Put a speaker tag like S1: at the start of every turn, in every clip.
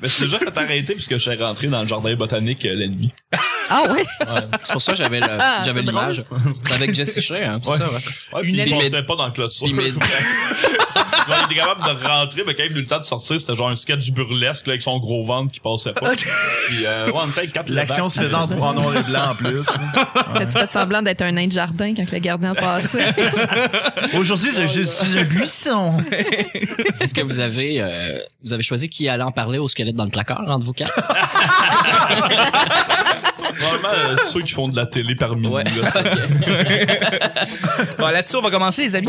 S1: Mais c'est déjà fait arrêter puisque je suis rentré dans le jardin botanique euh, la nuit.
S2: Ah ouais?
S3: Ouais. C'est pour ça que j'avais le-
S2: Ah,
S3: j'avais
S2: c'est
S3: l'image. C'est avec Jesse Shea, hein, c'est
S1: Ouais.
S3: ça, ouais.
S1: Ouais,
S4: Une
S1: puis il
S3: allée-
S1: passait pas dans le clôture.
S3: Puis
S1: Il
S3: mais-
S1: était capable de rentrer, mais quand même, le temps de sortir, c'était genre un sketch burlesque là, avec son gros ventre qui passait pas. Puis, euh, ouais, on était quatre
S4: L'action se faisant en noir et blanc en plus.
S2: T'as-tu fait semblant d'être un nain de jardin quand le gardien passait?
S4: Aujourd'hui, je, je suis un buisson.
S3: Est-ce que vous avez, euh, vous avez choisi qui allait en parler au squelette dans le placard entre vous quatre?
S1: Vraiment, euh, ceux qui font de la télé parmi
S5: Ouais.
S1: nous. là.
S5: Bon, là-dessus, on va commencer, les amis.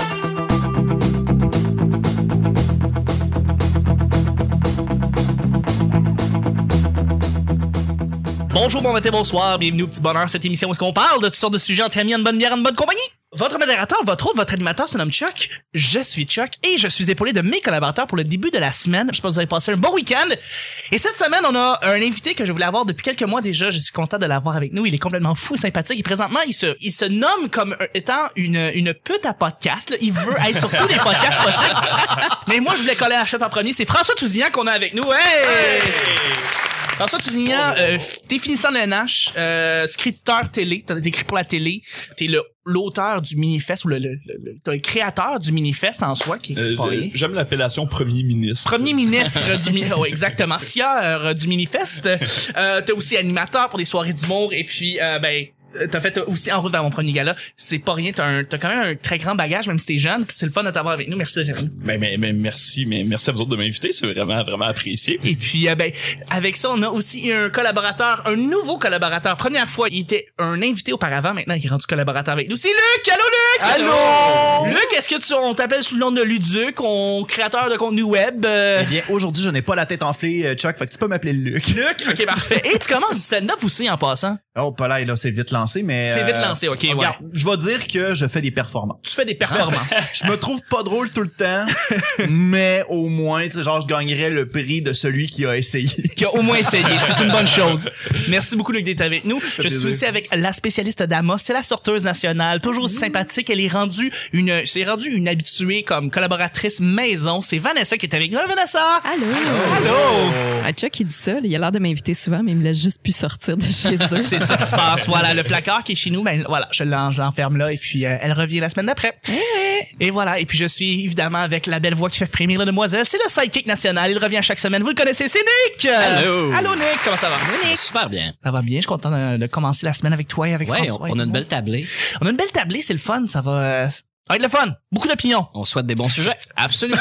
S5: Bonjour, bon matin, bonsoir, bienvenue au Petit Bonheur, cette émission où est-ce qu'on parle de toutes sortes de sujets entre amis, en bonne bière, en bonne compagnie. Votre modérateur, votre autre, votre animateur se nomme Chuck. Je suis Chuck et je suis épaulé de mes collaborateurs pour le début de la semaine. Je pense que vous avez passé un bon week-end. Et cette semaine, on a un invité que je voulais avoir depuis quelques mois déjà. Je suis content de l'avoir avec nous. Il est complètement fou, sympathique. Et présentement, il se, il se nomme comme un- étant une, une pute à podcast. là. Il veut être sur tous les podcasts possibles. Mais moi, je voulais coller à la chute en premier. C'est François Tousignan qu'on a avec nous. Hey! François Tousignan,
S1: Oh,
S5: euh, f- t'es finissant de l'NH, euh, scripteur télé, t'as écrit pour la télé, t'es le l'auteur du manifeste ou le, le, le- le- t'as le créateur du manifeste en soi qui est
S1: Euh,
S5: pas
S1: euh,
S5: rien.
S1: J'aime l'appellation premier ministre.
S5: Premier ministre du mini- ouais, exactement, sieur euh, du Minifest. Euh, t'es aussi animateur pour des soirées d'humour et puis euh, ben euh, t'as fait aussi en route vers mon premier gala. C'est pas rien, t'as un- t'as quand même un très grand bagage même si t'es jeune. C'est le fun de t'avoir avec nous. Merci. Jérémy.
S1: Ben, ben, ben, merci, mais merci à vous autres de m'inviter. C'est vraiment, vraiment apprécié.
S5: Et puis, euh, ben, avec ça, on a aussi un collaborateur, un nouveau collaborateur. Première fois, il était un invité auparavant. Maintenant, il est rendu collaborateur avec nous. C'est Luc! Allô, Luc! Allô! Luc, est-ce que tu, on t'appelle sous le nom de Luduc, on, créateur de contenu web? euh,
S4: Eh bien, aujourd'hui, je n'ai pas la tête enflée, euh, Chuck, fait que tu peux m'appeler Luc.
S5: Luc, ok, parfait. Et tu commences du stand-up aussi en passant.
S4: Oh, pas là, là, c'est vite lancé, mais...
S5: C'est vite
S4: euh,
S5: lancé, ok, ouais.
S4: Regarde, je vais dire que je fais des performances.
S5: Tu fais des performances.
S4: Je me trouve pas drôle tout le temps, mais au moins, tu sais, genre, je gagnerais le prix de celui qui a essayé.
S5: qui a au moins essayé. C'est une bonne chose. Merci beaucoup, Luc, d'être avec nous. Je suis
S4: plaisir.
S5: aussi avec la spécialiste d'Amos. C'est la sorteuse nationale. Toujours aussi sympathique. Elle est rendue une, c'est rendue une habituée comme collaboratrice maison. C'est Vanessa qui est avec nous. Allô, Vanessa!
S2: Allô?
S5: Allô!
S2: Ah, Chuck, il dit ça. là, Il a l'air de m'inviter souvent, mais il me laisse juste plus sortir de chez eux.
S5: C'est ça qui se passe. Voilà, le placard qui est chez nous, ben voilà, je l'en- je l'enferme là et puis euh, elle revient la semaine d'après. Et voilà, et puis je suis évidemment avec la belle voix qui fait frémir la demoiselle. C'est le sidekick national. Il revient chaque semaine. Vous le connaissez, c'est Nick!
S3: Allô.
S5: Allô, Nick! Comment ça va?
S3: Ça va Super bien.
S5: Ça va bien, je suis content de, de commencer la semaine avec toi et avec
S3: Ouais, on,
S5: François.
S3: on a une belle tablée.
S5: On a une belle tablée, c'est le fun, ça va. euh, Ça va être le fun! Beaucoup d'opinions!
S3: On souhaite des bons sujets.
S5: Absolument!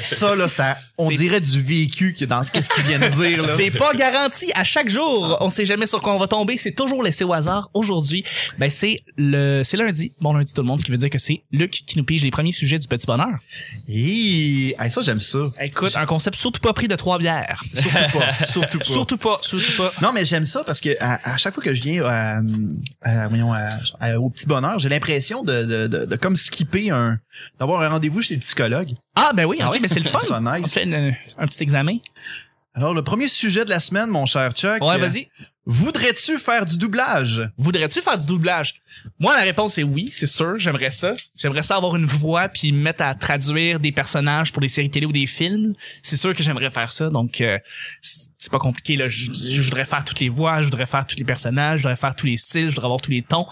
S4: Ça, là, ça, on
S5: C'est-
S4: dirait du vécu que dans qu'est-ce qu'il vient de dire, là.
S5: c'est pas garanti à chaque jour. On sait jamais sur quoi on va tomber. C'est toujours laissé au hasard. Aujourd'hui, ben c'est le, c'est lundi. Bon lundi tout le monde, ce qui veut dire que c'est Luc qui nous pige les premiers sujets du petit bonheur.
S4: Hi, hey, ça, j'aime ça.
S5: Écoute, un concept surtout pas pris de trois bières.
S4: Surtout pas, surtout pas.
S5: Surtout pas, surtout pas.
S4: Non, mais j'aime ça parce que à, à chaque fois que je viens euh, euh, voyons, euh, euh, au petit bonheur, j'ai l'impression de, de, de, de comme skipper un d'avoir un rendez-vous chez le psychologue.
S5: Ah ben oui, ah oui, mais c'est le fun.
S4: Ça,
S5: On
S4: nice.
S5: fait une- un petit examen.
S4: Alors le premier sujet de la semaine, mon cher Chuck.
S5: Ouais,
S4: euh,
S5: vas-y.
S4: Voudrais-tu faire du doublage
S5: Voudrais-tu faire du doublage? Moi, la réponse est oui, c'est sûr. J'aimerais ça. J'aimerais ça avoir une voix puis me mettre à traduire des personnages pour des séries télé ou des films. C'est sûr que j'aimerais faire ça. Donc, euh, c'est c'est pas compliqué. Là. Je, je voudrais faire toutes les voix, je voudrais faire tous les personnages, je voudrais faire tous les styles, je voudrais avoir tous les tons.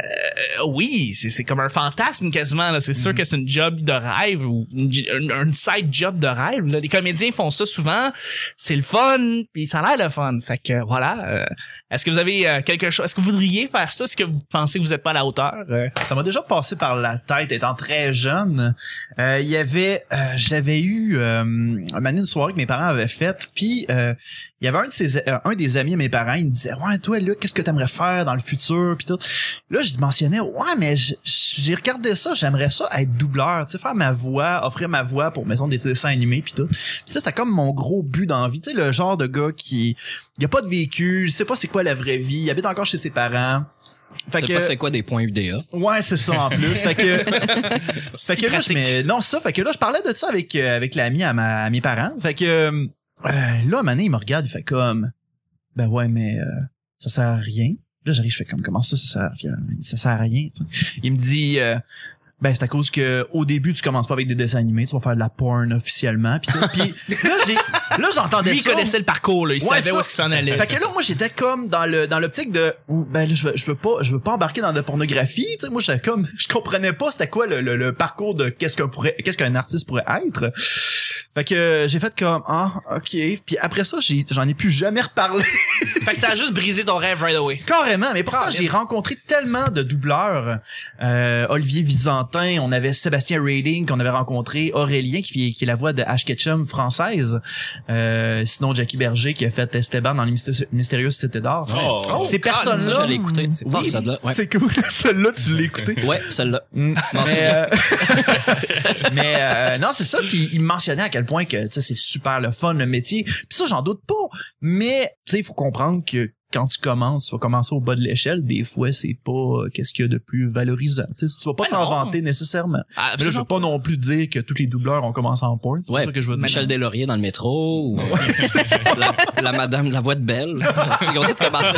S5: Euh, oui, c'est c'est comme un fantasme quasiment. là. C'est sûr que c'est une job de rêve ou une, une- un side job de rêve. là. Les comédiens font ça souvent. C'est le fun, puis ça a l'air le fun. Fait que voilà. euh, est-ce que vous avez euh, quelque chose Est-ce que vous voudriez faire ça Est-ce que vous pensez que vous n'êtes pas à la hauteur Euh,
S4: Ça m'a déjà passé par la tête étant très jeune. Euh, Il y avait, euh, j'avais eu euh, un moment donné, une soirée que mes parents avaient faite, puis euh, il y avait un de ses, euh, un des amis à mes parents, il me disait ouais toi Luc, qu'est-ce que t'aimerais faire dans le futur puis tout. Là je mentionnais ouais mais j- j'ai regardé ça, j'aimerais ça être doubleur, tu sais faire ma voix, offrir ma voix pour maison des dessins animés puis tout. Puis ça c'était comme mon gros but d'envie, tu sais le genre de gars qui il a pas de véhicule, il sait pas c'est quoi la vraie vie, il habite encore chez ses parents.
S3: Je sais pas c'est quoi des points UDA.
S4: Ouais, c'est ça en plus. fait que, fait que
S5: si
S4: là, je,
S5: pratique.
S4: mais non, ça, fait que là, je parlais de ça avec, euh, avec l'ami à, ma, à mes parents. Fait que euh, là, Mané, il me regarde, il fait comme Ben ouais, mais euh, ça sert à rien. Là, j'arrive, je fais comme comment ça, ça sert à rien. Ça sert à rien. tu sais. Il me dit euh, Ben c'est à cause que au début tu commences pas avec des dessins animés, tu vas faire de la porn officiellement. Puis, tout. Puis là j'ai, là j'entendais
S5: Lui, il
S4: ça.
S5: connaissait le parcours, là. Il
S4: Ouais,
S5: savait
S4: ça.
S5: où est-ce qu'il s'en allait.
S4: Fait que là moi j'étais comme dans le dans l'optique de oh, ben là, je veux, je veux pas je veux pas embarquer dans la pornographie. Tu sais moi j'étais comme je comprenais pas c'était quoi le, le, le parcours de qu'est-ce qu'un pourrait qu'est-ce qu'un artiste pourrait être. Fait que euh, j'ai fait comme ah ok. Puis après ça j'ai j'en ai plus jamais reparlé.
S5: Fait que ça a juste brisé ton rêve right away.
S4: Carrément, mais pourtant
S5: Carrément.
S4: j'ai rencontré tellement de doubleurs. Euh, Olivier Visantin, on avait Sébastien Rading qu'on avait rencontré, Aurélien qui, qui est la voix de Ash Ketchum française, Euh, sinon Jackie Berger qui a fait Esteban dans les Mysté- Mystérieuses Cités d'Or.
S1: Oh.
S5: Oh,
S4: Ces
S5: calme,
S3: Ça,
S4: personnes-là...
S3: je l'ai écouté.
S2: Oui,
S3: Cet épisode-là, ouais.
S4: C'est cool, celle-là tu l'as écouté.
S3: Ouais, celle-là.
S4: Mm.
S3: M'en
S4: mais
S3: souviens.
S4: euh, mais, euh, non, c'est ça. Puis il mentionnait à quel point que tu sais, c'est super le fun le métier. Puis ça, j'en doute pas. Mais tu sais, il faut comprendre que quand tu commences, tu vas commencer au bas de l'échelle. Des fois, c'est pas euh, qu'est-ce qu'il y a de plus valorisant. Tu sais, tu vas pas
S5: Ben non.
S4: t'inventer nécessairement.
S5: Ah,
S4: Mais là, je veux pas non plus dire que tous les doubleurs ont commencé en porn. C'est pas
S3: Ouais.
S4: ça que je veux dire.
S3: Michel Deslauriers dans le métro. Ou la, la madame, la voix de Belle. Ils ont tout commencé.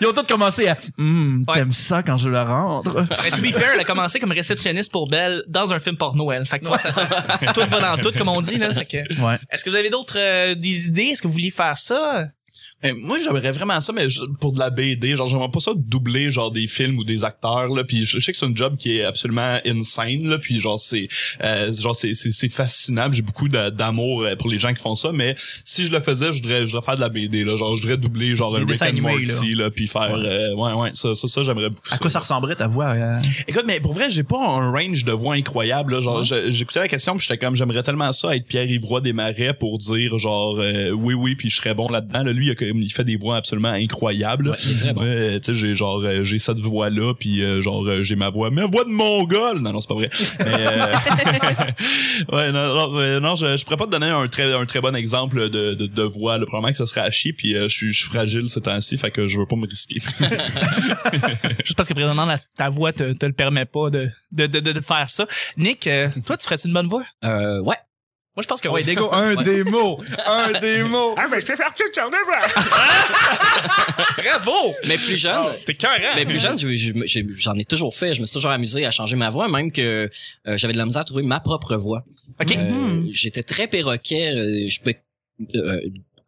S4: Ils ont tous commencé à Hum, t'aimes ça quand je le rentre.
S5: Mais Ben, to be fair, elle a commencé comme réceptionniste pour Belle dans un film porno, elle. Fait que tu vois, ça, ça, tout va dans tout, comme on dit, là. Fait que-
S4: Ouais.
S5: Est-ce que vous avez d'autres euh, des idées? Est-ce que vous vouliez faire ça?
S1: Eh, moi, j'aimerais vraiment ça, mais je- pour de la BD, genre, j'aimerais pas ça doubler, genre, des films ou des acteurs, là, puis je, je sais que c'est un job qui est absolument insane, là, puis genre, c'est, euh, genre, c'est, c'est, c'est fascinant, j'ai beaucoup d'a- d'amour euh, pour les gens qui font ça, mais si je le faisais, je voudrais, je voudrais faire de la BD, là, genre, je voudrais doubler, genre,
S4: Des
S1: un Rick
S4: dessins
S1: and
S4: animés,
S1: Morty, là, puis faire, euh, ouais, ouais, ça, ça, ça, j'aimerais beaucoup
S4: À quoi ça ressemblerait ta voix? euh?
S1: Écoute, mais pour vrai, j'ai pas un range de voix incroyable. là. Genre, je- j'écoutais la question, puis j'étais comme, j'aimerais tellement ça être Pierre Ivroy des Marais pour dire genre euh, oui, oui, puis je serais bon là-dedans. Là, lui, il, a comme- il fait des voix absolument incroyables.
S3: Ouais, il est très bon.
S1: Ouais, tu sais, j'ai genre euh, j'ai cette voix là, puis euh, genre euh, j'ai ma voix, ma voix de mongol. Non, non, c'est pas vrai. Mais, euh, ouais, non, non, euh, non, je, je pourrais pas te donner un très un très bon exemple de de, de voix. Le problème que ça serait à chier, puis euh, je suis je suis fragile ces temps-ci, fait que je veux pas me risquer.
S5: Juste parce que présentement, la- ta voix te, te le permet pas de, de, de, de- de faire ça. Nick, euh, toi, tu ferais-tu une bonne voix?
S3: Euh, ouais.
S5: Moi, je pense que
S4: Ouais, dégo, un
S3: Ouais.
S4: des mots! Un des mots!
S5: Ah, ben, je peux faire tout sur deux voix! Bravo!
S3: Mais plus jeune.
S5: C'était carré.
S3: Mais plus jeune, j'ai- j'ai- j'en ai toujours fait. Je me suis toujours amusé à changer ma voix, même que euh, j'avais de la misère à trouver ma propre voix.
S5: OK.
S3: Euh,
S6: Hmm.
S2: Mhm.
S3: J'étais très perroquet. euh, je peux euh,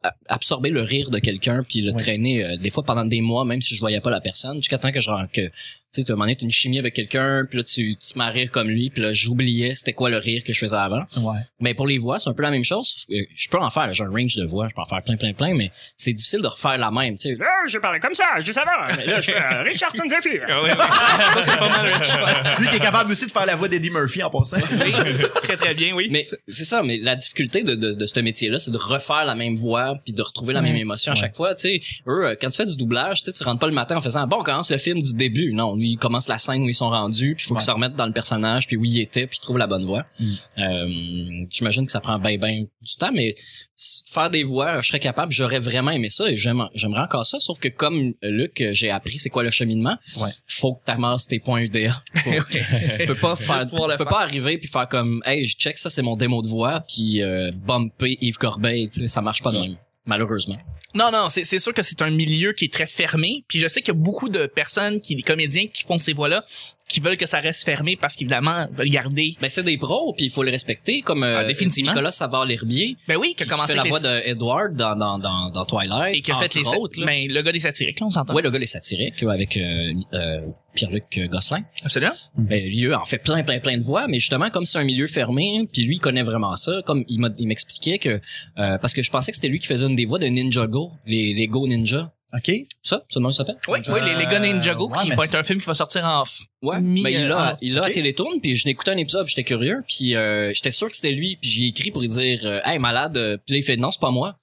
S3: a- absorber le rire de quelqu'un puis le
S4: Ouais.
S3: traîner euh, des fois pendant des mois, même si je voyais pas la personne, jusqu'à temps que je ren- que tu sais, tu as donné, t'as une chimie avec quelqu'un, puis là tu, tu te mets à rire comme lui, puis là j'oubliais c'était quoi le rire que je faisais avant.
S4: Ouais.
S3: Mais pour les voix, c'est un peu la même chose. Euh, Je peux en faire, là, j'ai un range de voix, je peux en faire plein, plein, plein, mais c'est difficile de refaire la même. tu sais.
S6: Là, je parlais comme ça, juste avant. Mais Là, je fais euh, Richardson Zephyr.
S5: Ah ouais, ouais. ça, c'est pas mal, Rich.
S4: Lui qui est capable aussi de faire la voix d'Eddie Murphy en passant.
S5: Oui, c'est très, très bien, oui.
S3: Mais c'est ça, mais la difficulté de, de, de ce métier-là, c'est de refaire la même voix puis de retrouver la
S2: Ouais.
S3: même émotion à chaque fois. Tu sais, eux, euh, quand tu fais du doublage, tu sais, tu rentres pas le matin en faisant bon, on commence le film du début. Non, lui, il commence la scène où ils sont rendus, puis il faut
S4: Ouais.
S3: qu'ils se remettent dans le personnage, puis où ils étaient, puis ils trouvent la bonne voix.
S4: Mm.
S3: Euh, J'imagine que ça prend ben ben du temps, mais s- faire des voix, je serais capable, j'aurais vraiment aimé ça et j'aime- j'aimerais encore ça. Sauf que comme euh, Luc, euh, j'ai appris c'est quoi le cheminement.
S4: Ouais.
S3: Faut que t'amasses tes points UDA pour tu peux pas faire, tu
S5: pouvoir le
S3: peux pas arriver puis faire comme hey je check ça c'est mon démo de voix puis euh, bumper Yves Corbeil tu sais ça marche pas de même malheureusement
S5: Non, non, c'est c'est sûr que c'est un milieu qui est très fermé. Puis je sais qu'il y a beaucoup de personnes, qui, des comédiens qui font ces voix-là, qui veulent que ça reste fermé parce qu'évidemment, ils veulent garder.
S3: mais Ben, c'est des pros puis il faut les respecter comme euh,
S5: Ah, définitivement.
S3: Nicolas Savard Lherbier
S5: Ben oui, qui a commencé
S3: fait la
S5: avec
S3: voix
S5: les-
S3: de Edward dans dans dans, dans Twilight
S5: et qui a fait
S3: entre
S5: les
S3: autres, là.
S5: ben, le gars des satiriques, là, on s'entend.
S3: Ouais, le gars, il est satirique, euh, avec euh, euh, Pierre-Luc euh, Gosselin.
S5: absolument.
S3: Ben, lui, eux, en fait plein, plein, plein de voix, mais justement, comme c'est un milieu fermé, puis lui, il connaît vraiment ça, comme il m'a- il m'expliquait que... euh, parce que je pensais que c'était lui qui faisait une des voix de Ninjago, les, les Go Ninja.
S4: OK?
S3: Ça, c'est le nom que ça s'appelle?
S5: Oui, oui, les, les gars Ninjago,
S4: Ouais,
S5: qui
S4: mais
S5: va
S4: c'est-
S5: être un film qui va sortir en f-
S3: Ouais,
S5: Mi-
S3: mais il l'a,
S5: ah,
S3: il l'a
S5: ok.
S3: à Télétoon, puis je l'ai écouté un épisode, puis j'étais curieux, puis euh, j'étais sûr que c'était lui, puis j'ai écrit pour lui dire euh, hey malade, euh, puis là, il fait non c'est pas moi,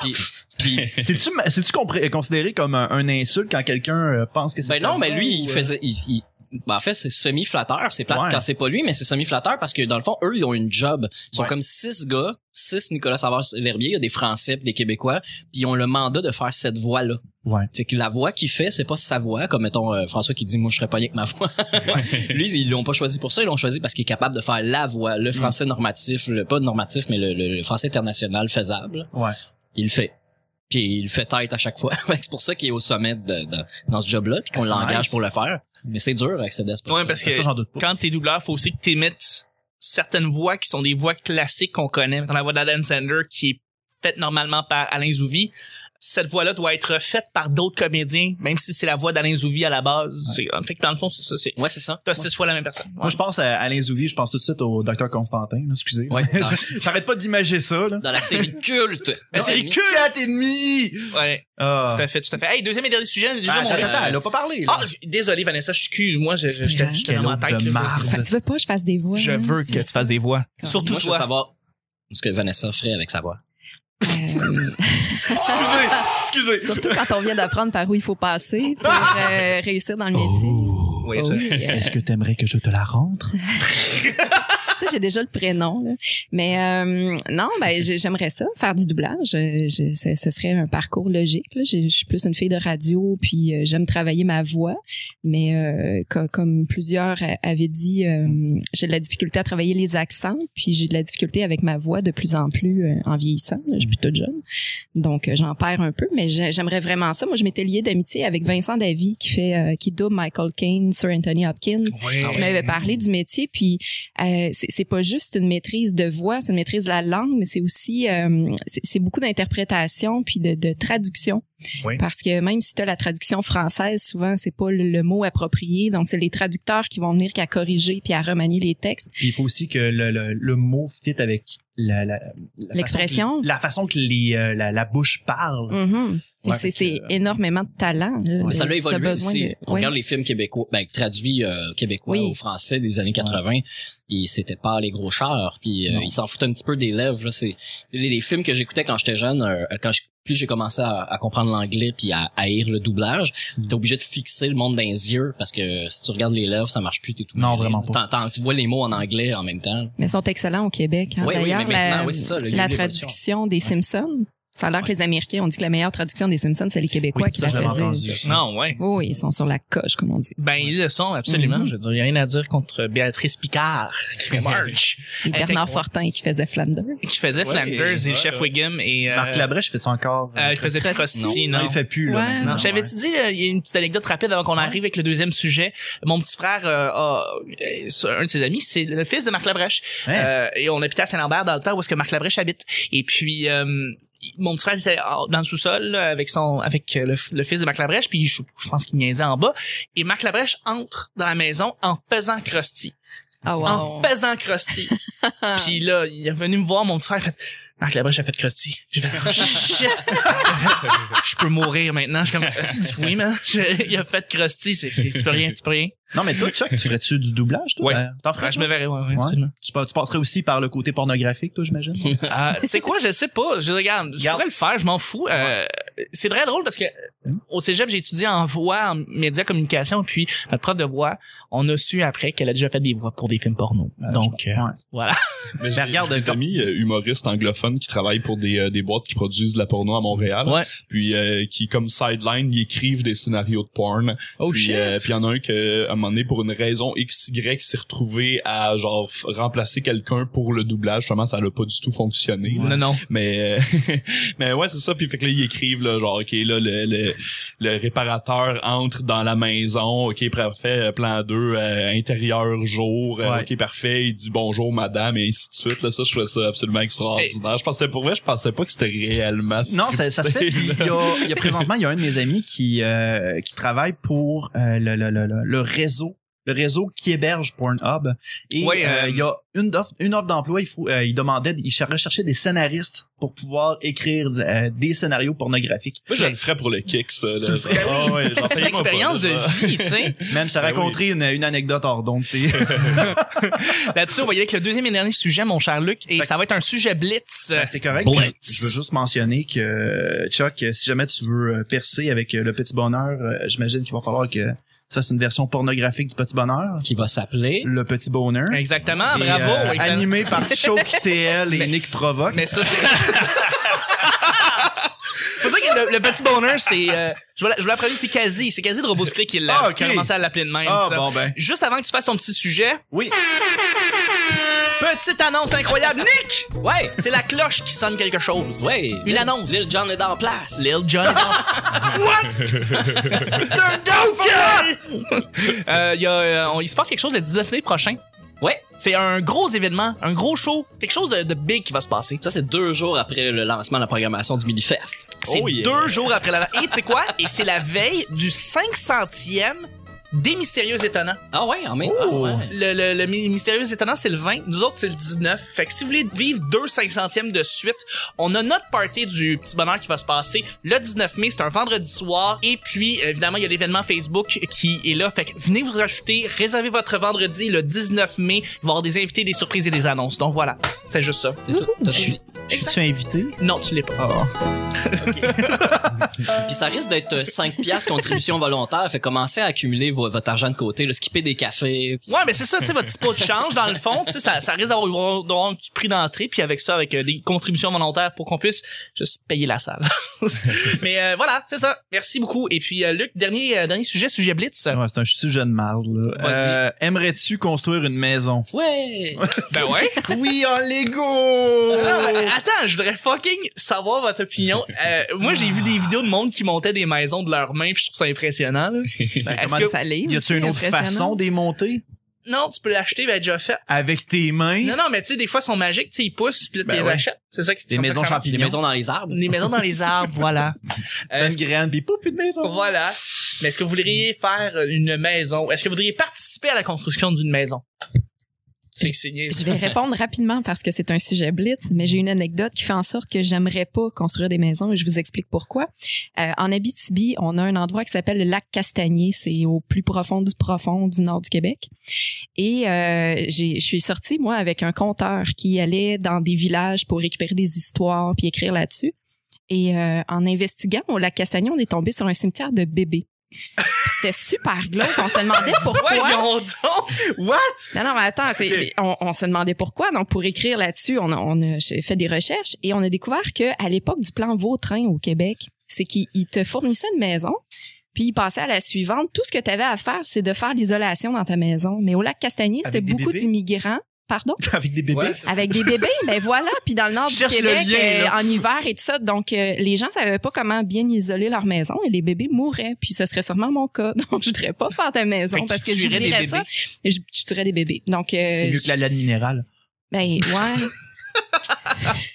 S3: puis, puis
S4: C'est-tu, c'est-tu compré- considéré comme un, un insulte quand quelqu'un euh, pense que c'est
S3: ben non,
S4: toi
S3: mais
S4: ou,
S3: lui il
S4: euh,
S3: faisait, il, il- ben, en fait c'est semi flatteur, c'est plate
S4: Ouais.
S3: quand c'est pas lui, mais c'est semi flatteur parce que dans le fond eux ils ont une job, ils sont
S4: Ouais.
S3: comme six gars, six Nicolas Savard Verbier, il y a des Français, puis des Québécois, puis ils ont le mandat de faire cette voix là.
S4: Ouais.
S3: Fait que la voix qu'il fait, c'est pas sa voix, comme mettons euh, François qui dit moi je serais pas avec ma voix. Lui, ils l'ont pas choisi pour ça, ils l'ont choisi parce qu'il est capable de faire la voix,
S4: Mm.
S3: le français normatif, le pas normatif, mais le, le- le français international faisable.
S4: Ouais.
S3: Il le fait. Puis il le fait tête à chaque fois. Fait que c'est pour ça qu'il est au sommet de, de- dans ce job-là, puis qu'on
S4: Ah, c'est
S3: l'engage
S4: nice.
S3: pour le faire. Mais c'est dur accéder à ce
S5: Ouais, parce que
S4: Ça, j'en doute pas.
S5: quand t'es doubleur, faut aussi que t'émettes certaines voix qui sont des voix classiques qu'on connaît. Mettons la voix d'Alan Sander qui est faite normalement par Alain Zouvi. Cette voix-là doit être faite par d'autres comédiens, même si c'est la voix d'Alain Zouvi à la base. C'est- Fait que dans le fond, c'est ça, c'est.
S3: Ouais, c'est ça.
S5: T'as six fois la même personne.
S4: Moi, je pense à Alain Zouvi, je pense tout de suite au docteur Constantin, là, excusez.
S3: Ouais.
S4: J'arrête pas d'imager ça, là.
S3: Dans la série culte.
S5: La série
S3: Ami.
S5: culte.
S4: Quatre et demi!
S5: Ouais,
S4: Ah.
S5: tout à fait, tout à fait. Hey, deuxième et dernier sujet, j'ai déjà
S4: Attends,
S5: mon
S4: attends,
S5: livre.
S4: attends, elle a pas parlé, là.
S5: Ah, j- désolé, Vanessa, excuse-moi, je- je- j'étais j'étais
S4: Quel
S5: dans ma
S4: autre
S5: tête.
S4: de
S5: là.
S4: marde.
S2: Fait que tu veux pas que je fasse des voix?
S5: Je
S2: hein?
S5: veux que tu fasses des voix.
S2: Comme-
S5: Surtout
S3: Moi, je veux
S5: toi.
S3: savoir ce que Vanessa ferait avec sa voix.
S2: Euh,
S1: Excusez, excusez.
S2: surtout quand on vient d'apprendre par où il faut passer pour euh, réussir dans le métier.
S5: Oui,
S2: Oh,
S5: ça-
S2: oui, euh,
S4: Est-ce que t'aimerais que je te la rentre?
S2: tu sais, j'ai déjà le prénom, là. mais euh, non, ben j'ai- j'aimerais ça, faire du doublage. Je- je- ce, ce serait un parcours logique. Là. Je, je suis plus une fille de radio, puis euh, j'aime travailler ma voix, mais euh, co- comme plusieurs a- avaient dit, euh, j'ai de la difficulté à travailler les accents, puis j'ai de la difficulté avec ma voix de plus en plus euh, en vieillissant. là. Je suis plutôt jeune, donc euh, j'en perds un peu, mais j'ai- j'aimerais vraiment ça. Moi, je m'étais liée d'amitié avec Vincent Davy qui fait, euh, qui double Michael Caine, Sir Anthony Hopkins
S3: Ah
S2: qui m'avait parlé du métier. Puis euh, c'est c'est pas juste une maîtrise de voix, c'est une maîtrise de la langue, mais c'est aussi euh, c'est c'est beaucoup d'interprétation puis de, de traduction.
S5: Oui.
S2: Parce que même si tu as la traduction française, souvent c'est pas le, le mot approprié, donc c'est les traducteurs qui vont venir qu'à corriger puis à remanier les textes.
S4: Puis il faut aussi que le, le, le mot fit avec la, la, la
S2: L'expression.
S4: façon que- La façon que les, euh, la, la bouche parle.
S2: Mhm. Et
S4: Ouais,
S2: c'est
S4: fait que-
S2: c'est énormément de talent. là.
S3: Mais euh, ça l'a
S2: T'as
S3: évolué
S2: besoin
S3: aussi.
S2: de-
S3: On
S2: ouais.
S3: regarde les films québécois, ben, traduits euh, québécois
S2: Oui.
S3: au français des années 80. Ils c'était pas les gros chars, puis euh,
S4: Non.
S3: ils s'en foutent un petit peu des lèvres. là. C'est les, les films que j'écoutais quand j'étais jeune, euh, quand je- plus j'ai commencé à, à comprendre l'anglais puis à à haïr le doublage, t'es obligé de fixer le monde dans les yeux parce que si tu regardes les lèvres, ça marche plus, t'es tout.
S4: Non,
S3: mêlé.
S4: vraiment pas.
S3: T'entends- tu vois les mots en anglais en même temps.
S2: Mais ils sont excellents au Québec. hein.
S3: Oui, oui,
S2: D'ailleurs,
S3: mais maintenant,
S2: la,
S3: oui, c'est ça, là, il y a
S2: la
S3: une évolution.
S2: traduction des Simpsons, ça a l'air que les Américains ont dit que la meilleure traduction des Simpsons, c'est les Québécois
S4: Oui,
S2: qui
S4: ça,
S2: la
S4: je l'avais
S2: faisaient.
S4: entendu aussi.
S5: Non, ouais.
S2: Oui, oui, ils sont sur la coche, comme on dit.
S5: Ben, ils le sont, absolument.
S2: Mhm.
S5: Je veux dire, il n'y a rien à dire contre Béatrice Picard, qui fait March,
S2: Et
S5: Elle
S2: Bernard
S5: était-
S2: Fortin qui faisait Flanders.
S5: qui faisait
S1: Ouais,
S5: Flanders et,
S1: ouais,
S5: Chef
S1: ouais.
S5: Wiggum et... euh,
S4: Marc Labrèche fait ça encore.
S5: euh, il faisait Frosty, non.
S4: Non, il fait plus, là.
S2: Ouais.
S4: maintenant,
S5: Non,
S4: ouais.
S5: J'avais-tu dit, euh, il y a une petite anecdote rapide avant qu'on arrive avec le deuxième sujet. Mon petit frère, euh, a- euh, sur- un de ses amis, c'est le fils de Marc Labrèche.
S4: Ouais.
S5: Euh, et on habitait à Saint-Lambert dans le temps où est-ce que Marc Labrèche habite. Et puis, euh, il- mon petit frère était en- dans le sous-sol là, avec son avec euh, le, f- le fils de Marc Labrèche, puis je, je pense qu'il niaisait en bas. Et Marc Labrèche entre dans la maison en faisant Krusty.
S2: Ah wow.
S5: en faisant Krusty. Puis là, il est venu me voir, mon petit frère, il fait Marc Labrèche a fait Krusty. J'ai fait oh, shit! je peux mourir maintenant. Je suis comme, Ah, c'est-tu oui, man. Je- il a fait Krusty. C'est, c'est- tu peux rien, tu peux rien.
S4: Non, mais toi, Chuck, tu ferais-tu du doublage, toi?
S5: Ouais.
S4: Ben, T'en ferais?
S5: Ah, je me verrais, ouais, ouais,
S4: Ouais.
S5: absolument.
S4: Tu, pa- tu passerais aussi par le côté pornographique, toi, j'imagine?
S5: Ah, tu sais quoi, je sais pas. Je regarde, je
S4: Garde.
S5: pourrais le faire, je m'en fous. Euh, c'est très drôle parce que
S1: Hein?
S4: Hmm.
S5: au cégep, j'ai étudié en voix, en médias, communication, puis notre prof de voix, on a su après qu'elle a déjà fait des voix pour des films porno.
S1: Ah,
S5: Donc, euh,
S4: ouais.
S1: Mais j'ai-
S4: regarde,
S1: j'ai des
S4: comme-
S1: amis euh, humoristes anglophones qui travaillent pour des, euh, des boîtes qui produisent de la porno à Montréal.
S5: Ouais.
S1: Puis euh, qui, comme sideline, ils écrivent des scénarios de porn.
S5: oh
S1: puis
S5: shit.
S1: euh, puis y en a un que, à un moment donné, pour une raison XY, s'est retrouvé à genre f- remplacer quelqu'un pour le doublage. Justement, ça n'a pas du tout fonctionné. là.
S5: Non, non.
S1: Mais euh, mais ouais, c'est ça. Puis fait que là, ils écrivent là, genre OK, là, le, le, le réparateur entre dans la maison, OK, parfait, euh, plan 2, euh, intérieur jour, euh,
S4: Ouais.
S1: OK, parfait, il dit bonjour madame et ainsi de suite. Là, ça, je trouvais ça absolument extraordinaire. Je pensais pour vrai, je pensais pas que c'était réellement
S4: Non, ça, ça se fait. Puis Il y, a, il y a présentement, il y a un de mes amis qui, euh, qui travaille pour euh, le, le, le, le- le réseau le réseau qui héberge Pornhub. Et
S5: Ouais,
S4: euh,
S5: euh,
S4: il y a une offre, une offre d'emploi. Il, faut, euh, il demandait, il cher- recherchait des scénaristes pour pouvoir écrire euh, des scénarios pornographiques.
S1: Moi, je le ferais pour le kick, ça. là.
S4: Tu le ferais?
S1: Ah ouais, j'en
S5: C'est
S1: sais
S5: une
S1: pas,
S5: expérience de
S1: pas, là.
S5: vie, tu sais.
S4: Man, je t'ai
S1: Ben
S4: raconté une, une anecdote hors d'onde. c'est-
S5: Là-dessus, on va y aller avec le deuxième et dernier sujet, mon cher Luc, et
S4: Fait-
S5: ça va être un sujet blitz.
S4: Ben, c'est correct.
S3: Bon.
S4: Puis Je veux juste mentionner que euh, Chuck, euh, si jamais tu veux euh, percer avec euh, le petit bonheur, euh, j'imagine qu'il va falloir que ça c'est une version pornographique du petit bonheur.
S3: Qui va s'appeler.
S4: Le petit bonheur.
S5: Exactement,
S4: Et,
S5: Ah, bravo.
S4: euh,
S5: excellent.
S4: animé par Choke TL et Nick Provoque.
S5: Mais ça, c'est... Faut dire que le, le petit bonheur, c'est... euh, je vais la- je vais l'apprendre, c'est quasi. C'est quasi de Roboscrit qui l'a
S4: Ah, ok.
S5: qui a commencé à l'appeler de même.
S4: ah
S5: ça.
S4: bon ben
S5: Juste avant que tu fasses ton petit sujet,
S4: oui.
S5: Petite annonce incroyable. Nick!
S3: Ouais!
S5: C'est la cloche qui sonne quelque chose.
S3: Ouais!
S5: Une
S3: Lil-
S5: annonce.
S3: Lil John est en place!
S5: Lil Jon. What? Turn down for me! Euh, il y a, euh, on- il se passe quelque chose le 19 mai prochain.
S3: Ouais!
S5: C'est un gros événement, un gros show, quelque chose de, de big qui va se passer.
S3: Ça, c'est deux jours après le lancement de la programmation du Minifest.
S5: C'est
S1: Oh yeah.
S5: deux jours après la... Et tu sais quoi? Et c'est la veille du 500e des Mystérieux Étonnants.
S3: Ah ouais, en même
S4: Oh.
S3: ah ouais.
S5: Le, le, le Mi- Mystérieux Étonnant, c'est le 20. Nous autres, c'est le 19. Fait que si vous voulez vivre deux 500e de suite, on a notre party du Petit Bonheur qui va se passer le 19 mai. C'est un vendredi soir. Et puis, euh, évidemment, il y a l'événement Facebook qui est là. Fait que venez vous rajouter, réservez votre vendredi le 19 mai. Il va y avoir des invités, des surprises et des annonces. Donc voilà, c'est juste ça.
S3: C'est tout. t'as tout dit.
S4: Je suis invité.
S5: Non, tu l'es pas.
S3: Puis ça risque d'être euh, 5 piastres contribution volontaire. Fait que commencez à accumuler vo- votre argent de côté, le skipper des cafés.
S5: Ouais, mais c'est ça, tu sais, votre petit pot de change, dans le fond, tu sais, ça, ça risque d'avoir d'avoir un petit prix d'entrée, puis avec ça, avec euh, des contributions volontaires pour qu'on puisse juste payer la salle. mais euh, voilà, c'est ça. Merci beaucoup. Et puis, euh, Luc, dernier, euh, dernier sujet, sujet Blitz.
S4: Ouais, c'est un sujet de marde, là.
S5: Vas-y.
S4: Euh, Aimerais-tu construire une maison?
S3: Ouais!
S5: Ben ouais.
S4: oui, en
S5: Ah,
S4: Lego!
S5: attends, je voudrais fucking savoir votre opinion. Euh, moi, j'ai vu des vidéos de monde qui montaient des maisons de leurs mains, puis je trouve ça impressionnant. là. Est-ce que-
S2: ça l'est,
S4: Y
S2: aussi,
S4: a-tu une autre
S2: impressionnant.
S4: façon d'y monter?
S5: Non, tu peux l'acheter, ben déjà fait.
S4: Avec tes mains?
S5: Non, non, mais tu sais, des fois, ils sont magiques, tu sais, ils poussent, puis là, tu
S4: Ben
S5: les
S4: ouais.
S5: achètes. C'est ça qui
S4: Des
S5: comme ça que
S4: maisons
S5: ça marche.
S3: Les
S4: champignons?
S3: maisons dans les arbres.
S5: Des maisons dans les arbres, voilà. Euh,
S4: Tu mets une graine, puis pouf, une maison!
S5: Voilà. Mais est-ce que vous voudriez faire une maison? Est-ce que vous voudriez participer à la construction d'une maison? C'est que c'est niais.
S2: Je vais répondre rapidement parce que c'est un sujet blitz, mais j'ai une anecdote qui fait en sorte que j'aimerais pas construire des maisons et je vous explique pourquoi. Euh, en Abitibi, on a un endroit qui s'appelle le lac Castagnier. C'est au plus profond du profond du nord du Québec. Et euh, j'ai- je suis sortie, moi, avec un conteur qui allait dans des villages pour récupérer des histoires puis écrire là-dessus. Et euh, en investiguant au lac Castagnier, on est tombé sur un cimetière de bébés. Puis C'était super glauque. On se demandait pourquoi.
S5: Voyons donc!
S2: Non, non, mais attends, c'est- on, on se demandait pourquoi. Donc, pour écrire là-dessus, on a, on a fait des recherches et on a découvert que à l'époque du plan Vautrin au Québec, c'est qu'ils ils te fournissaient une maison, puis ils passaient à la suivante. Tout ce que tu avais à faire, c'est de faire l'isolation dans ta maison. Mais au lac Castagnier, c'était
S4: Avec des
S2: beaucoup
S4: bébés?
S2: d'immigrants. Pardon?
S4: Avec des bébés?
S3: Ouais, c'est ça.
S2: Avec des bébés, ben voilà. Puis dans le nord
S4: Je
S2: du
S4: cherche le
S2: Québec,
S4: lien,
S2: euh,
S4: là.
S2: en hiver et tout ça, donc euh, les gens savaient pas comment bien isoler leur maison et les bébés mouraient. Puis ce serait sûrement mon cas, donc je voudrais pas faire ta
S3: Ah,
S2: maison
S5: Fait que
S2: parce
S5: tu
S2: que
S5: tuerais des
S2: j'oublierais ça. Et Je, je tuerais des bébés. Donc euh,
S4: C'est mieux
S2: je-
S4: que la laine minérale.
S2: ben ouais.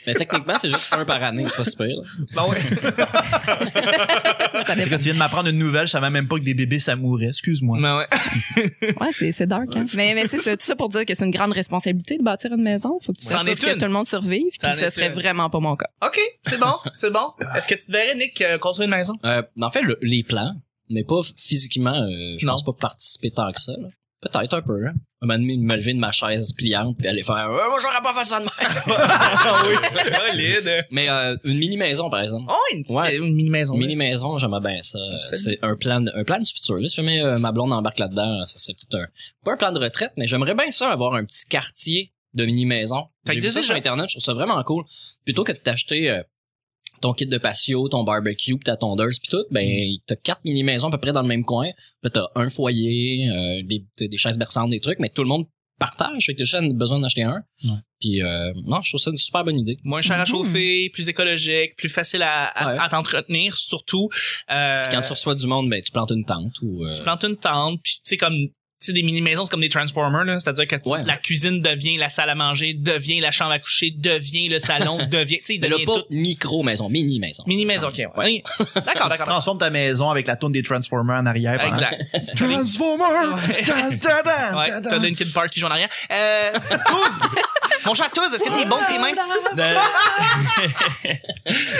S3: Mais techniquement, c'est juste un par année, c'est pas super.
S2: ça
S4: C'est
S2: dépend.
S4: que tu viens de m'apprendre une nouvelle, je savais même pas que des bébés, ça mourait. Excuse-moi.
S5: Ben ouais.
S2: Ouais, c'est c'est dark. Hein. Mais mais c'est ça, tout ça pour dire que c'est une grande responsabilité de bâtir une maison. Faut que tu
S5: C'en
S2: t'assures
S5: est une.
S2: que tout le monde survive.
S5: C'en
S2: Puis
S5: est
S2: ce serait
S5: une.
S2: vraiment pas mon cas.
S5: OK, c'est bon, c'est bon. Est-ce que tu te verrais, Nick, euh, construire une maison?
S3: Euh, en fait, le- les plans, mais pas physiquement, euh, je
S5: Non.
S3: pense pas participer tant que ça. là. Peut-être un peu. Hein. Un moment donné, me lever de ma chaise pliante puis aller faire Euh, Moi, j'aurais pas fait ça de même!
S5: Ah oui, solide. »
S3: Mais euh, une mini-maison, par exemple.
S5: Oh, une petite
S3: Ouais.
S5: une mini-maison.
S3: Une mini-maison, j'aimerais bien ça. Euh,
S5: Absolument.
S3: C'est un plan, de- un plan du futur. là. Si jamais euh, ma blonde embarque là-dedans, ça serait peut-être un... Pas un plan de retraite, mais j'aimerais bien ça avoir un petit quartier de mini-maison.
S5: Fait que
S3: J'ai vu ça
S5: déjà-
S3: sur Internet, je trouve ça vraiment cool. Plutôt que de t'acheter... euh, ton kit de patio, ton barbecue, pis ta tondeuse, puis tout, ben
S5: Mm.
S3: t'as quatre mini-maisons à peu près dans le même coin. Là, t'as un foyer, euh, des, t'as des chaises berçantes, des trucs, mais tout le monde partage. Fait que déjà, besoin d'en acheter un.
S4: Ouais.
S3: Puis euh, non, je trouve ça une super bonne idée.
S5: Moins cher à chauffer, plus écologique, plus facile à, à,
S3: Mhm. Ouais.
S5: à t'entretenir, surtout. Euh,
S3: Quand tu reçois du monde, ben tu plantes une tente ou... euh,
S5: tu plantes une tente, puis tu sais comme tu sais des mini maisons c'est comme des transformers là, c'est-à-dire que tu-
S3: Ouais.
S5: la cuisine devient la salle à manger, devient la chambre à coucher, devient le salon, devient tu sais il
S3: Mais là,
S5: devient
S3: pas
S5: tout.
S3: micro maison, mini maison.
S5: Mini maison, ok. ouais.
S3: Ouais.
S5: D'accord,
S4: Tu
S5: d'accord.
S4: transformes ta maison avec la tourne des Transformers en arrière. pendant-
S5: Exact.
S4: Transformers!
S5: Ouais.
S4: Ta- ta- ta-
S5: Ouais,
S4: ta- ta-
S5: t'as Linkin Park qui joue en arrière. Euh, Touz! Mon cher Touz, est-ce que t'es bon avec tes mains?
S1: Ben-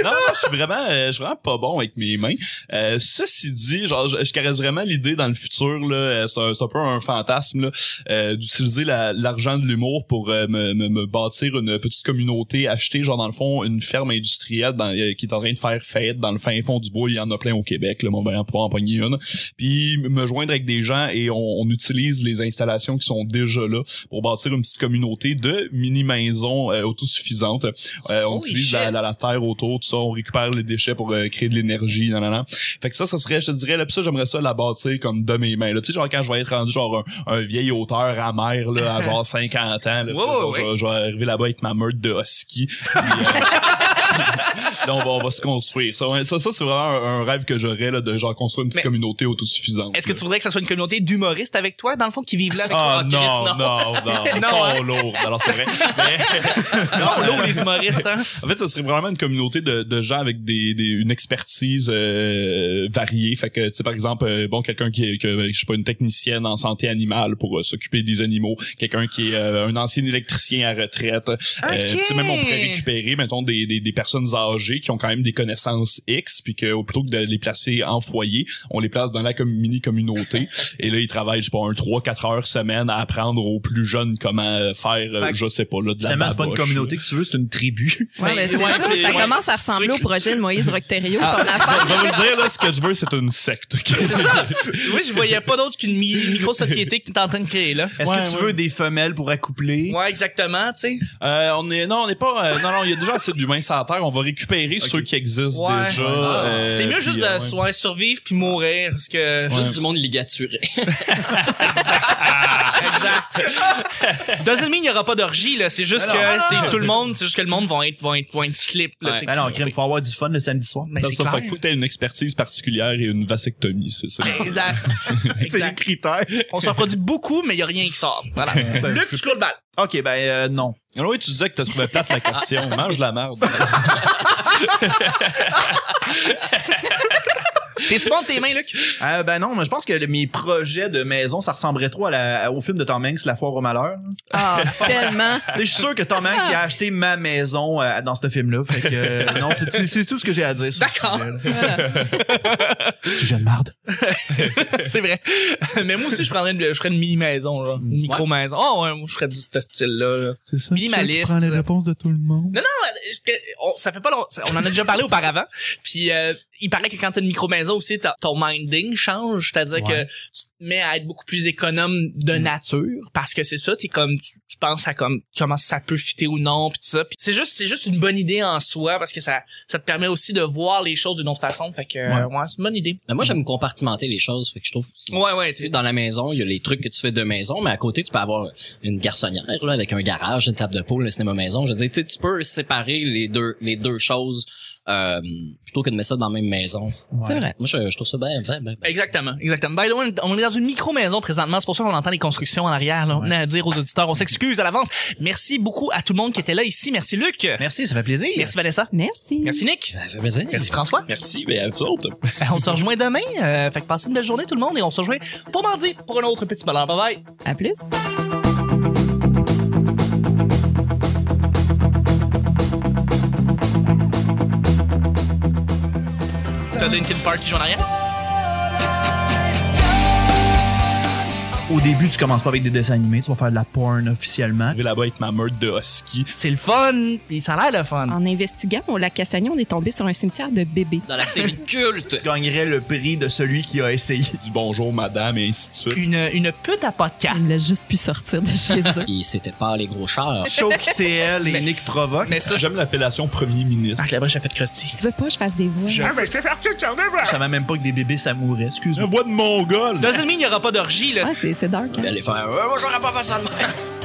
S1: non, non, je suis vraiment, euh, je suis vraiment pas bon avec mes mains. Euh, ceci dit, genre, je, je caresse vraiment l'idée dans le futur là, euh, c'est un, c'est un peu un fantasme là, euh, d'utiliser la- l'argent de l'humour pour euh, me, me, me bâtir une petite communauté, acheter genre dans le fond une ferme industrielle dans- euh, qui est en train de faire fête dans le fin fond du bois. Il y en a plein au Québec, là, mon ben, pouvoir en pogner une. Puis me joindre avec des gens et on, on utilise les installations qui sont déjà là pour bâtir une petite communauté de mini maison euh, autosuffisante. Euh, on
S5: Holy
S1: utilise la,
S5: shit.
S1: la, la terre autour, tout ça, on récupère les déchets pour euh, créer de l'énergie, nan, nan, nan. Fait que ça, ça serait, je te dirais, là, pis ça, j'aimerais ça la bâtir comme de mes mains. Là. Tu sais, genre quand je vais être rendu genre un, un vieil auteur amer, là, à genre 50 ans, là,
S5: Ouais,
S1: pis genre,
S5: ouais,
S1: je vais- je vais arriver là-bas avec ma meute de husky. Puis, euh, là, on va, on va se construire. Ça, ouais, ça, ça, c'est vraiment un, un rêve que j'aurais, là, de genre construire une petite
S5: Mais-
S1: communauté autosuffisante.
S5: Est-ce que
S1: là.
S5: tu voudrais que ça soit une communauté d'humoristes avec toi, dans le fond, qui vivent là avec
S1: Ah
S5: toi? Chris,
S1: non, non, non, Ils
S5: Non,
S1: sont
S5: hein?
S1: lourds. Alors c'est vrai.
S5: Ils sont lourds, les humoristes, hein?
S1: En fait, ce serait vraiment une communauté de, de gens avec des, des- une expertise euh, variée. Fait que, tu sais, par exemple, euh, bon, quelqu'un qui est, que, ben, je sais pas, une technicienne en santé animale pour euh, s'occuper des animaux, quelqu'un qui est euh, un ancien électricien à retraite. Euh, tu sais, même on pourrait récupérer, mettons, des, des, des personnes âgées qui ont quand même des connaissances X, puis que plutôt que de les placer en foyer, on les place dans la comme, mini-communauté. et là, ils travaillent, je sais pas, un 3-4 heures semaine à apprendre aux plus jeunes comment euh, faire, euh,
S4: Fait que
S1: je sais pas, là, de la
S4: Finalement, c'est pas une
S1: baboche, là.
S4: communauté que tu veux, c'est une tribu.
S2: Ouais, mais c'est
S5: Ouais,
S2: ça,
S5: c'est-
S2: ça
S5: ouais.
S2: commence à ressembler au projet de Moïse Rocterio,
S5: Ah.
S2: ton affaire.
S1: Je vais vous le dire, là, ce que je veux, c'est une secte. ok?
S5: C'est ça! Oui, je voyais pas d'autre qu'une mi- micro-société que t'es en train de créer, là.
S4: Est-ce
S1: Ouais,
S4: que tu
S1: ouais.
S4: veux des femelles pour accoupler?
S5: Ouais, exactement, tu sais.
S1: Euh, on est, non, on n'est pas, euh, non, non, il y a déjà assez d'humains sur la Terre. On va récupérer ceux qui existent
S5: Ouais.
S1: déjà.
S5: Ah.
S1: euh,
S5: c'est mieux
S1: puis,
S5: juste de
S1: euh, ouais.
S5: soit survivre puis mourir, parce que...
S3: Juste du monde ligaturé.
S5: Exact. Doesn't mean il y aura pas d'orgie, là. C'est juste
S4: Alors,
S5: que
S4: non, non,
S5: c'est
S4: non.
S5: tout le monde, c'est juste que le monde vont être, vont être, vont être slip, là.
S3: Ouais.
S5: tu sais.
S4: Ben non, crime, faut avoir du fun le samedi soir.
S5: Ben,
S1: Ça,
S5: c'est
S1: ça,
S5: clair.
S1: fait que faut que t'aies une expertise particulière et une vasectomie, c'est ça.
S5: Exact.
S4: C'est les
S5: exact.
S4: critères.
S5: On s'en produit beaucoup, mais il y a rien qui sort. Voilà.
S4: Ben,
S5: Luc,
S4: je-
S5: tu clôt le bal.
S4: Ok, ben euh, non.
S1: Alors Ah oui, tu disais que t'as trouvé plate la question. Mange la merde.
S5: T'es-tu bon de tes mains, Luc?
S4: Euh, ben non, mais je pense que le- mes projets de maison, ça ressemblerait trop à la- au film de Tom Hanks, La foire au malheur.
S2: Ah, tellement.
S4: Tu sais, je suis sûr que Tom Hanks il a acheté ma maison euh, dans ce film-là. Fait que euh, non, c'est- c'est c'est tout ce que j'ai à dire sur le
S5: D'accord.
S4: sujet, là.
S2: Voilà.
S4: Sujet de marde.
S5: C'est vrai. Mais moi aussi, je prendrais une, je ferais une mini-maison, là. Une micro-maison. Oh, ouais, moi, je ferais de ce style-là, là.
S4: C'est ça.
S5: Minimaliste.
S4: Tu prends les réponses de tout le monde.
S5: Est-ce que- on, ça fait pas long- ça- on en a déjà parlé auparavant. Puis euh, il paraît que quand t'as une micro-maison aussi, ta- ton minding change. C'est-à-dire
S4: Ouais.
S5: que tu te mets à être beaucoup plus économe de nature parce que c'est ça, t'es comme tu, tu penses à comme comment ça peut fitter ou non puis tout ça. Puis c'est juste c'est juste une bonne idée en soi parce que ça ça te permet aussi de voir les choses d'une autre façon. Fait que euh, ouais, c'est une bonne idée.
S3: Mais moi, j'aime compartimenter les choses. Fait que je trouve. que-
S5: Ouais, ouais,
S3: Tu sais, dans la maison, il y a les trucs que tu fais de maison, mais à côté, tu peux avoir une garçonnière, là, avec un garage, une table de poule, un cinéma maison. Je veux dire, tu sais, tu peux séparer les deux, les deux choses, euh, plutôt que de mettre ça dans la même maison.
S2: C'est vrai.
S3: Moi, je, je trouve ça bien, bien, bien. bien.
S5: Exactement, exactement. By the way, on est dans une micro-maison présentement, c'est pour ça qu'on entend les constructions en arrière. Là. On a à dire aux auditeurs, on s'excuse à l'avance. Merci beaucoup à tout le monde qui était là ici. Merci Luc.
S4: Merci, ça fait plaisir.
S5: Merci Vanessa.
S2: Merci.
S5: Merci Nick.
S3: Ça fait plaisir.
S5: Merci François.
S1: Merci, mais à vous autres.
S5: Ben, on se rejoint demain. Euh, fait que passez une belle journée tout le monde et on se rejoint pour mardi pour un autre petit bonheur. Bye bye.
S2: À plus.
S5: T'as Linkin Park qui joue en arrière?
S4: Au début, tu commences pas avec des dessins animés, tu vas faire de la porn officiellement.
S1: Arriver là-bas avec ma meute de husky.
S5: C'est le fun. Puis ça a l'air le fun.
S2: En investiguant au lac Castagnon, on est tombé sur un cimetière de bébés.
S3: Dans la série culte.
S4: Tu gagnerais le prix de celui qui a essayé.
S1: Du bonjour madame et ainsi de suite.
S5: Une, une pute à
S2: Ils
S5: podcast.
S2: ne l'a juste pu sortir de chez eux.
S3: Puis c'était pas les gros chars.
S4: Choke TL et Nick provoque.
S5: Mais ça, je...
S1: J'aime l'appellation premier ministre.
S5: Marc Labrèche a fait Krusty.
S2: Tu veux pas que je fasse des voix?
S6: Ah, mais je peux faire toutes sortes de voix.
S4: Je savais même pas que des bébés ça mourait. Excuse-moi.
S1: La voix de mongol.
S5: Doesn't mean il n'y aura pas d'orgie, là.
S2: Ah, c'est c'est dark, hein?
S3: D'aller faire, euh, moi, j'aurais pas fait ça de même.